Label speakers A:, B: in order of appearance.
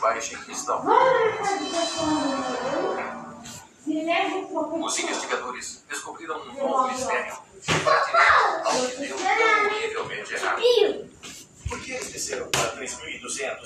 A: Baixe cristão. Os investigadores descobriram um novo mistério que bate direto ao que Deus deu origem.